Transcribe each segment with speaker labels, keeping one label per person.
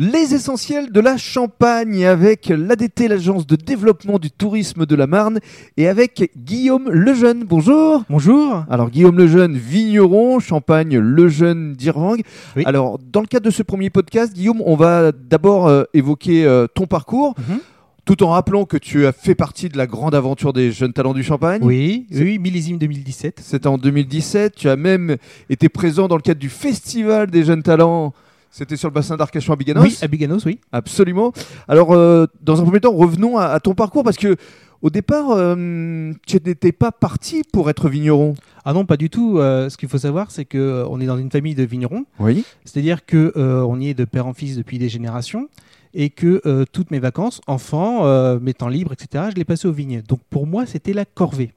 Speaker 1: Les essentiels de la Champagne avec l'ADT, l'agence de développement du tourisme de la Marne, et avec Guillaume Lejeune. Bonjour.
Speaker 2: Bonjour.
Speaker 1: Alors Guillaume Lejeune, vigneron, Champagne Lejeune d'Irvang.
Speaker 2: Oui.
Speaker 1: Alors dans le cadre de ce premier podcast, Guillaume, on va d'abord euh, évoquer euh, ton parcours,
Speaker 2: Mhm.
Speaker 1: tout en rappelant que tu as fait partie de la grande aventure des jeunes talents du Champagne.
Speaker 2: Oui, oui, millésime 2017.
Speaker 1: C'était en 2017. Tu as même été présent dans le cadre du Festival des jeunes talents. C'était sur le bassin d'Arcachon à Biganos.
Speaker 2: oui, à Biganos, oui.
Speaker 1: Absolument. Alors, euh, dans un premier temps, revenons à, à ton parcours parce que au départ, euh, tu n'étais pas parti pour être vigneron.
Speaker 2: Ah non, pas du tout. Euh, ce qu'il faut savoir, c'est que euh, on est dans une famille de vignerons,
Speaker 1: Oui.
Speaker 2: c'est-à-dire que euh, on y est de père en fils depuis des générations, et que euh, toutes mes vacances, enfants, euh, mes temps libres, etc., je les passais aux vignes. Donc pour moi, c'était la corvée.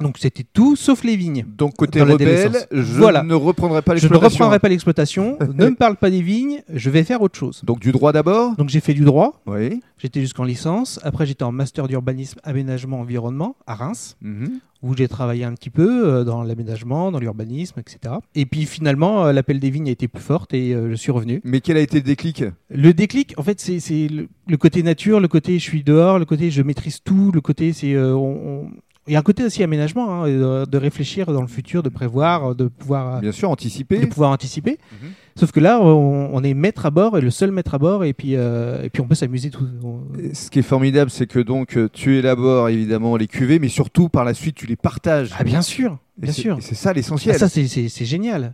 Speaker 2: Donc c'était tout sauf les vignes.
Speaker 1: Donc côté
Speaker 2: Dans la
Speaker 1: rebelle,
Speaker 2: délaissance.
Speaker 1: je
Speaker 2: Voilà.
Speaker 1: ne reprendrai pas
Speaker 2: Je ne
Speaker 1: l'exploitation. hein.
Speaker 2: reprendrai pas l'exploitation. ne me parle pas des vignes. Je vais faire autre chose.
Speaker 1: Donc du droit d'abord.
Speaker 2: Donc j'ai fait du droit.
Speaker 1: Oui.
Speaker 2: J'étais jusqu'en licence. Après, j'étais en master d'urbanisme, aménagement, environnement à Reims.
Speaker 1: Mhm.
Speaker 2: où j'ai travaillé un petit peu euh, dans l'aménagement, dans l'urbanisme, etc. Et puis finalement, euh, l'appel des vignes a été plus forte et euh, je suis revenu.
Speaker 1: Mais quel a été le déclic
Speaker 2: Le déclic, en fait, c'est- c'est le, le côté nature, le côté je suis dehors, le côté je maîtrise tout, le côté c'est... euh, on- on- Il y a un côté aussi aménagement, hein, et, euh, de réfléchir dans le futur, de prévoir, euh, de pouvoir, euh,
Speaker 1: Bien sûr,
Speaker 2: de
Speaker 1: anticipé.
Speaker 2: pouvoir anticiper.
Speaker 1: Mhm.
Speaker 2: Sauf que là, on, on est maître à bord et le seul maître à bord et puis, euh, et puis on peut s'amuser tout. on-
Speaker 1: Et Ce qui est formidable, c'est que donc euh, tu élabores évidemment les cuvées, mais surtout par la suite tu les partages.
Speaker 2: Ah bien sûr,
Speaker 1: Et
Speaker 2: bien
Speaker 1: c'est-
Speaker 2: sûr.
Speaker 1: et C'est ça
Speaker 2: Ah,
Speaker 1: l'essentiel.
Speaker 2: ça c'est- c'est c'est génial.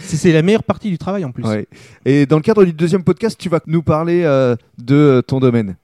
Speaker 2: c'est c'est la meilleure partie du travail en plus.
Speaker 1: Ouais. Et dans le cadre du deuxième podcast, tu vas nous parler euh, de euh, ton domaine.